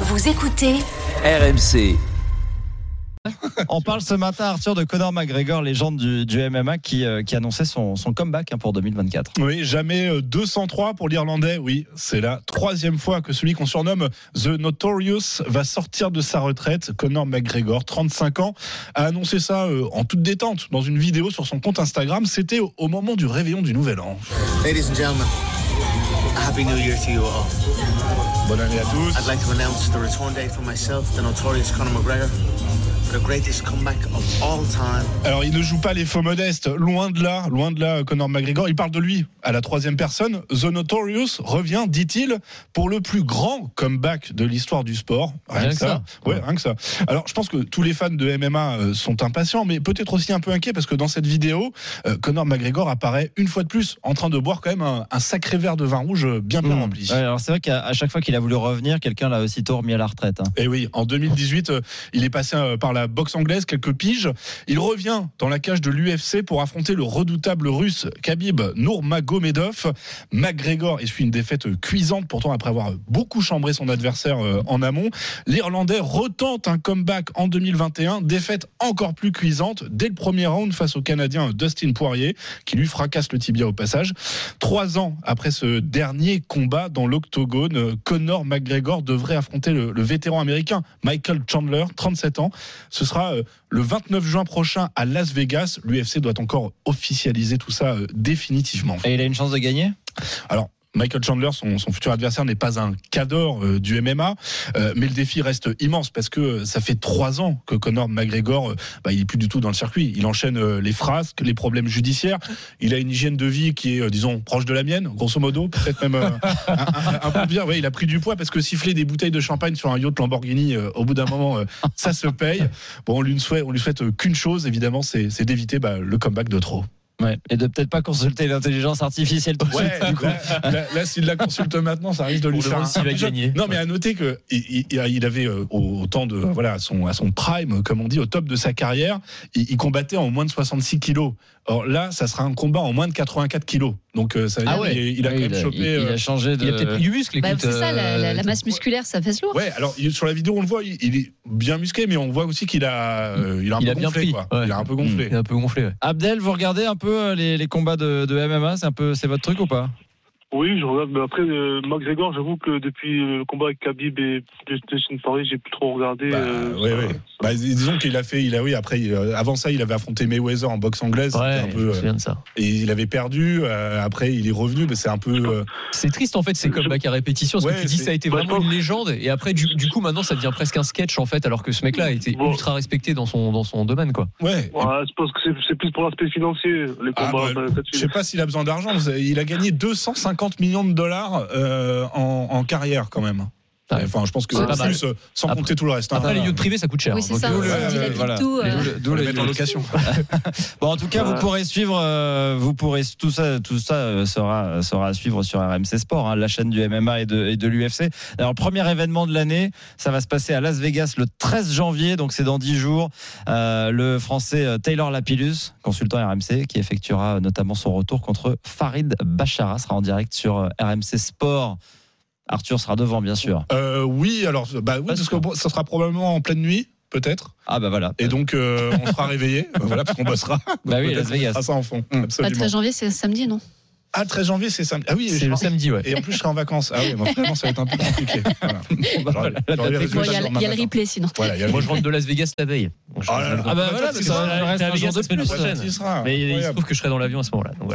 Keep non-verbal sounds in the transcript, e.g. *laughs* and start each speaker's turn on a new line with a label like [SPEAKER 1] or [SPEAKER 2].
[SPEAKER 1] Vous écoutez
[SPEAKER 2] RMC.
[SPEAKER 3] On parle ce matin, Arthur, de Conor McGregor, légende du, du MMA, qui, euh, qui annonçait son, son comeback hein, pour 2024.
[SPEAKER 4] Oui, jamais euh, 203 pour l'Irlandais. Oui, c'est la troisième fois que celui qu'on surnomme The Notorious va sortir de sa retraite. Conor McGregor, 35 ans, a annoncé ça euh, en toute détente dans une vidéo sur son compte Instagram. C'était au, au moment du réveillon du Nouvel An.
[SPEAKER 5] Ladies and gentlemen, a happy new year to you all.
[SPEAKER 4] Bonne année à
[SPEAKER 5] I'd
[SPEAKER 4] tous.
[SPEAKER 5] like to announce the return date for myself, the notorious Conor McGregor, for the greatest comeback of all time.
[SPEAKER 4] Alors, il ne joue pas les faux modestes. Loin de là, loin de là, Conor McGregor. Il parle de lui à la troisième personne. The Notorious revient, dit-il, pour le plus grand comeback de l'histoire du sport.
[SPEAKER 3] Rien que ça.
[SPEAKER 4] Ouais, rien que ça. Alors, je pense que tous les fans de MMA euh, sont impatients, mais peut-être aussi un peu inquiets parce que dans cette vidéo, euh, Conor McGregor apparaît une fois de plus en train de boire quand même un, un sacré verre de vin rouge euh, bien bien
[SPEAKER 3] Mmh.
[SPEAKER 4] rempli.
[SPEAKER 3] Ouais, alors c'est vrai qu'à à chaque fois qu'il a voulu revenir, quelqu'un l'a aussitôt remis à la retraite. hein.
[SPEAKER 4] Et Eh oui, en 2018, euh, il est passé euh, par la boxe anglaise quelques piges. Il revient dans la cage de l'UFC pour affronter le redoutable russe Khabib Nurmagomedov. McGregor essuie une défaite cuisante, pourtant après avoir beaucoup chambré son adversaire euh, en amont. L'Irlandais retente un comeback en 2021, défaite encore plus cuisante dès le premier round face au Canadien Dustin Poirier, qui lui fracasse le tibia au passage. Trois ans après ce dernier combat dans l'octogone, euh, Conor McGregor devrait affronter le, le vétéran américain Michael Chandler, 37 ans. Ce sera euh, le 29 juin prochain à Las Vegas. L'UFC doit encore officialiser tout ça euh, définitivement.
[SPEAKER 3] Et il a une chance de gagner
[SPEAKER 4] Alors. Michael Chandler, son, son futur adversaire, n'est pas un cador euh, du MMA, euh, mais le défi reste immense parce que euh, ça fait trois ans que Conor McGregor, euh, bah, il est plus du tout dans le circuit. Il enchaîne euh, les frasques, les problèmes judiciaires. Il a une hygiène de vie qui est, euh, disons, proche de la mienne, grosso modo, peut-être même euh, un, un- un peu bien. Ouais, il a pris du poids parce que siffler des bouteilles de champagne sur un yacht Lamborghini, euh, au bout d'un moment, euh, ça se paye. Bon, on lui ne souhaite, on lui souhaite euh, qu'une chose, évidemment, c'est c'est d'éviter bah, le comeback de trop.
[SPEAKER 3] ouais. Et de peut-être pas consulter l'intelligence artificielle tout de
[SPEAKER 4] Ouais, *laughs*
[SPEAKER 3] suite.
[SPEAKER 4] là, là, là, s'il la consulte maintenant, ça risque de lui
[SPEAKER 3] Pour
[SPEAKER 4] faire
[SPEAKER 3] voir
[SPEAKER 4] un
[SPEAKER 3] s'il va
[SPEAKER 4] pigeon.
[SPEAKER 3] gagner.
[SPEAKER 4] Non, mais à noter que il, il- il avait euh, au au temps de voilà à son à son prime, comme on dit, au top de sa carrière, il, il combattait en moins de 66 kilos. Or là, ça sera un combat en moins de 84 kilos. Donc euh, ça veut dire qu'il- il, a
[SPEAKER 3] Ah Oui,
[SPEAKER 4] quand même
[SPEAKER 3] il,
[SPEAKER 4] chopé.
[SPEAKER 3] il- il
[SPEAKER 4] euh,
[SPEAKER 3] a changé de.
[SPEAKER 6] Il a peut-être pris du muscle,
[SPEAKER 7] Bah,
[SPEAKER 6] écoute.
[SPEAKER 7] c'est ça, la, la- la
[SPEAKER 6] euh,
[SPEAKER 7] masse musculaire, ça fait lourd.
[SPEAKER 4] Ouais, alors il- sur la vidéo on le voit, il, il est bien musclé, mais on voit aussi qu'il a, euh, il a un
[SPEAKER 6] Il
[SPEAKER 4] peu
[SPEAKER 6] a bien
[SPEAKER 4] gonflé,
[SPEAKER 6] pris,
[SPEAKER 4] quoi.
[SPEAKER 6] ouais.
[SPEAKER 4] Il a un peu gonflé.
[SPEAKER 6] Il
[SPEAKER 3] Mm.
[SPEAKER 6] est un peu gonflé, ouais.
[SPEAKER 3] Abdel, vous regardez un peu euh, les, les combats de, de MMA, c'est un peu c'est votre truc ou pas
[SPEAKER 8] Oui, je regarde. Mais après, euh, McGregor, j'avoue que depuis euh, le combat avec Khabib et Dustin Poirier, j'ai plus trop regardé.
[SPEAKER 4] Bah,
[SPEAKER 8] euh,
[SPEAKER 4] ouais, ouais. Bah, dis- disons qu'il a fait, il a oui après, il- euh, avant ça, il avait affronté Mayweather en boxe anglaise,
[SPEAKER 6] Ouais,
[SPEAKER 4] c'était un
[SPEAKER 6] je me
[SPEAKER 4] peu, euh,
[SPEAKER 6] souviens de ça.
[SPEAKER 4] et il avait perdu. euh, après, il est revenu, mais c'est un peu. euh,
[SPEAKER 6] C'est triste en fait ces
[SPEAKER 8] Je-
[SPEAKER 6] comebacks à répétition. Parce
[SPEAKER 4] Ouais,
[SPEAKER 6] que tu dis
[SPEAKER 4] c'est-
[SPEAKER 6] ça a été
[SPEAKER 8] Moi,
[SPEAKER 6] vraiment
[SPEAKER 8] je
[SPEAKER 6] une légende et après du, du coup maintenant ça devient presque un sketch en fait alors que ce mec-là a été
[SPEAKER 8] Bon.
[SPEAKER 6] ultra respecté dans son dans son domaine quoi.
[SPEAKER 4] ouais.
[SPEAKER 8] ouais, je pense que c'est- c'est plus pour l'aspect financier, les
[SPEAKER 4] Ah,
[SPEAKER 8] combats. euh,
[SPEAKER 4] bah,
[SPEAKER 8] ça, ça, tu-
[SPEAKER 4] Je sais pas s'il a besoin d'argent. vous savez, Il a gagné 250 millions de dollars euh, en, en carrière quand même.
[SPEAKER 6] Ah ouais.
[SPEAKER 4] Enfin, je pense que
[SPEAKER 6] C'est
[SPEAKER 4] en
[SPEAKER 6] pas mal.
[SPEAKER 4] plus, euh, sans
[SPEAKER 6] Après-
[SPEAKER 4] compter tout le reste. hein.
[SPEAKER 6] Après les lieux privés ça coûte cher. hein,
[SPEAKER 7] Oui, c'est
[SPEAKER 6] Donc,
[SPEAKER 7] ça.
[SPEAKER 4] d'où
[SPEAKER 7] on
[SPEAKER 4] le-
[SPEAKER 7] dilapide
[SPEAKER 4] euh, voilà.
[SPEAKER 7] tout.
[SPEAKER 3] Les
[SPEAKER 7] euh,
[SPEAKER 3] deux-
[SPEAKER 4] Faut
[SPEAKER 3] d'où
[SPEAKER 4] le
[SPEAKER 3] les-
[SPEAKER 4] mettre en location.
[SPEAKER 3] Bon, en tout cas, vous
[SPEAKER 8] Voilà.
[SPEAKER 3] pourrez suivre, euh, vous pourrez tout ça, tout ça euh, sera sera à suivre sur RMC Sport, hein, la chaîne du MMA et de, et de l'UFC. Alors, premier événement de l'année, ça va se passer à Las Vegas le 13 janvier, donc c'est dans 10 jours. Euh, le Français euh, Taylor Lapillus, consultant RMC, qui effectuera euh, notamment son retour contre Farid Bachara, sera en direct sur euh, RMC Sport. Arthur sera devant, bien sûr.
[SPEAKER 4] Euh, oui, alors bah oui,
[SPEAKER 3] Pas
[SPEAKER 4] parce que
[SPEAKER 3] sûr.
[SPEAKER 4] bon, ça sera probablement en pleine nuit, peut-être.
[SPEAKER 3] Ah bah voilà.
[SPEAKER 4] Et donc, euh, on sera réveillé. Voilà, parce qu'on bossera.
[SPEAKER 3] bah oui,
[SPEAKER 4] Peut-être
[SPEAKER 3] Las
[SPEAKER 4] on
[SPEAKER 3] Vegas.
[SPEAKER 4] fera ça en fond.
[SPEAKER 7] pas
[SPEAKER 4] Absolument.
[SPEAKER 7] le 13 janvier, c'est samedi, non
[SPEAKER 4] Ah, 13 janvier, c'est samedi. Ah oui,
[SPEAKER 6] C'est
[SPEAKER 4] je-
[SPEAKER 6] le samedi ouais.
[SPEAKER 4] Et en plus, je serai en vacances. Ah oui, bah, vraiment, ça va être un peu compliqué. Voilà. J'aurai- j'aurai les
[SPEAKER 7] Bon,
[SPEAKER 4] résultats
[SPEAKER 7] Il y a-
[SPEAKER 4] le
[SPEAKER 7] il y a le
[SPEAKER 4] lendemain.
[SPEAKER 7] replay sinon.
[SPEAKER 4] Voilà, il y a le
[SPEAKER 6] Moi je rentre de Las Vegas la veille. Donc, je-
[SPEAKER 4] Ah là là.
[SPEAKER 3] Ah bah voilà,
[SPEAKER 4] Peut-être
[SPEAKER 3] parce
[SPEAKER 4] que
[SPEAKER 3] que
[SPEAKER 4] ça
[SPEAKER 3] ça reste
[SPEAKER 6] T'es à
[SPEAKER 3] un jour
[SPEAKER 6] Vegas
[SPEAKER 3] de
[SPEAKER 6] la semaine
[SPEAKER 3] plus.
[SPEAKER 6] prochaine.
[SPEAKER 4] Il sera
[SPEAKER 6] Mais il se
[SPEAKER 4] incroyable.
[SPEAKER 6] trouve que je serai dans l'avion à ce moment-là. donc voilà.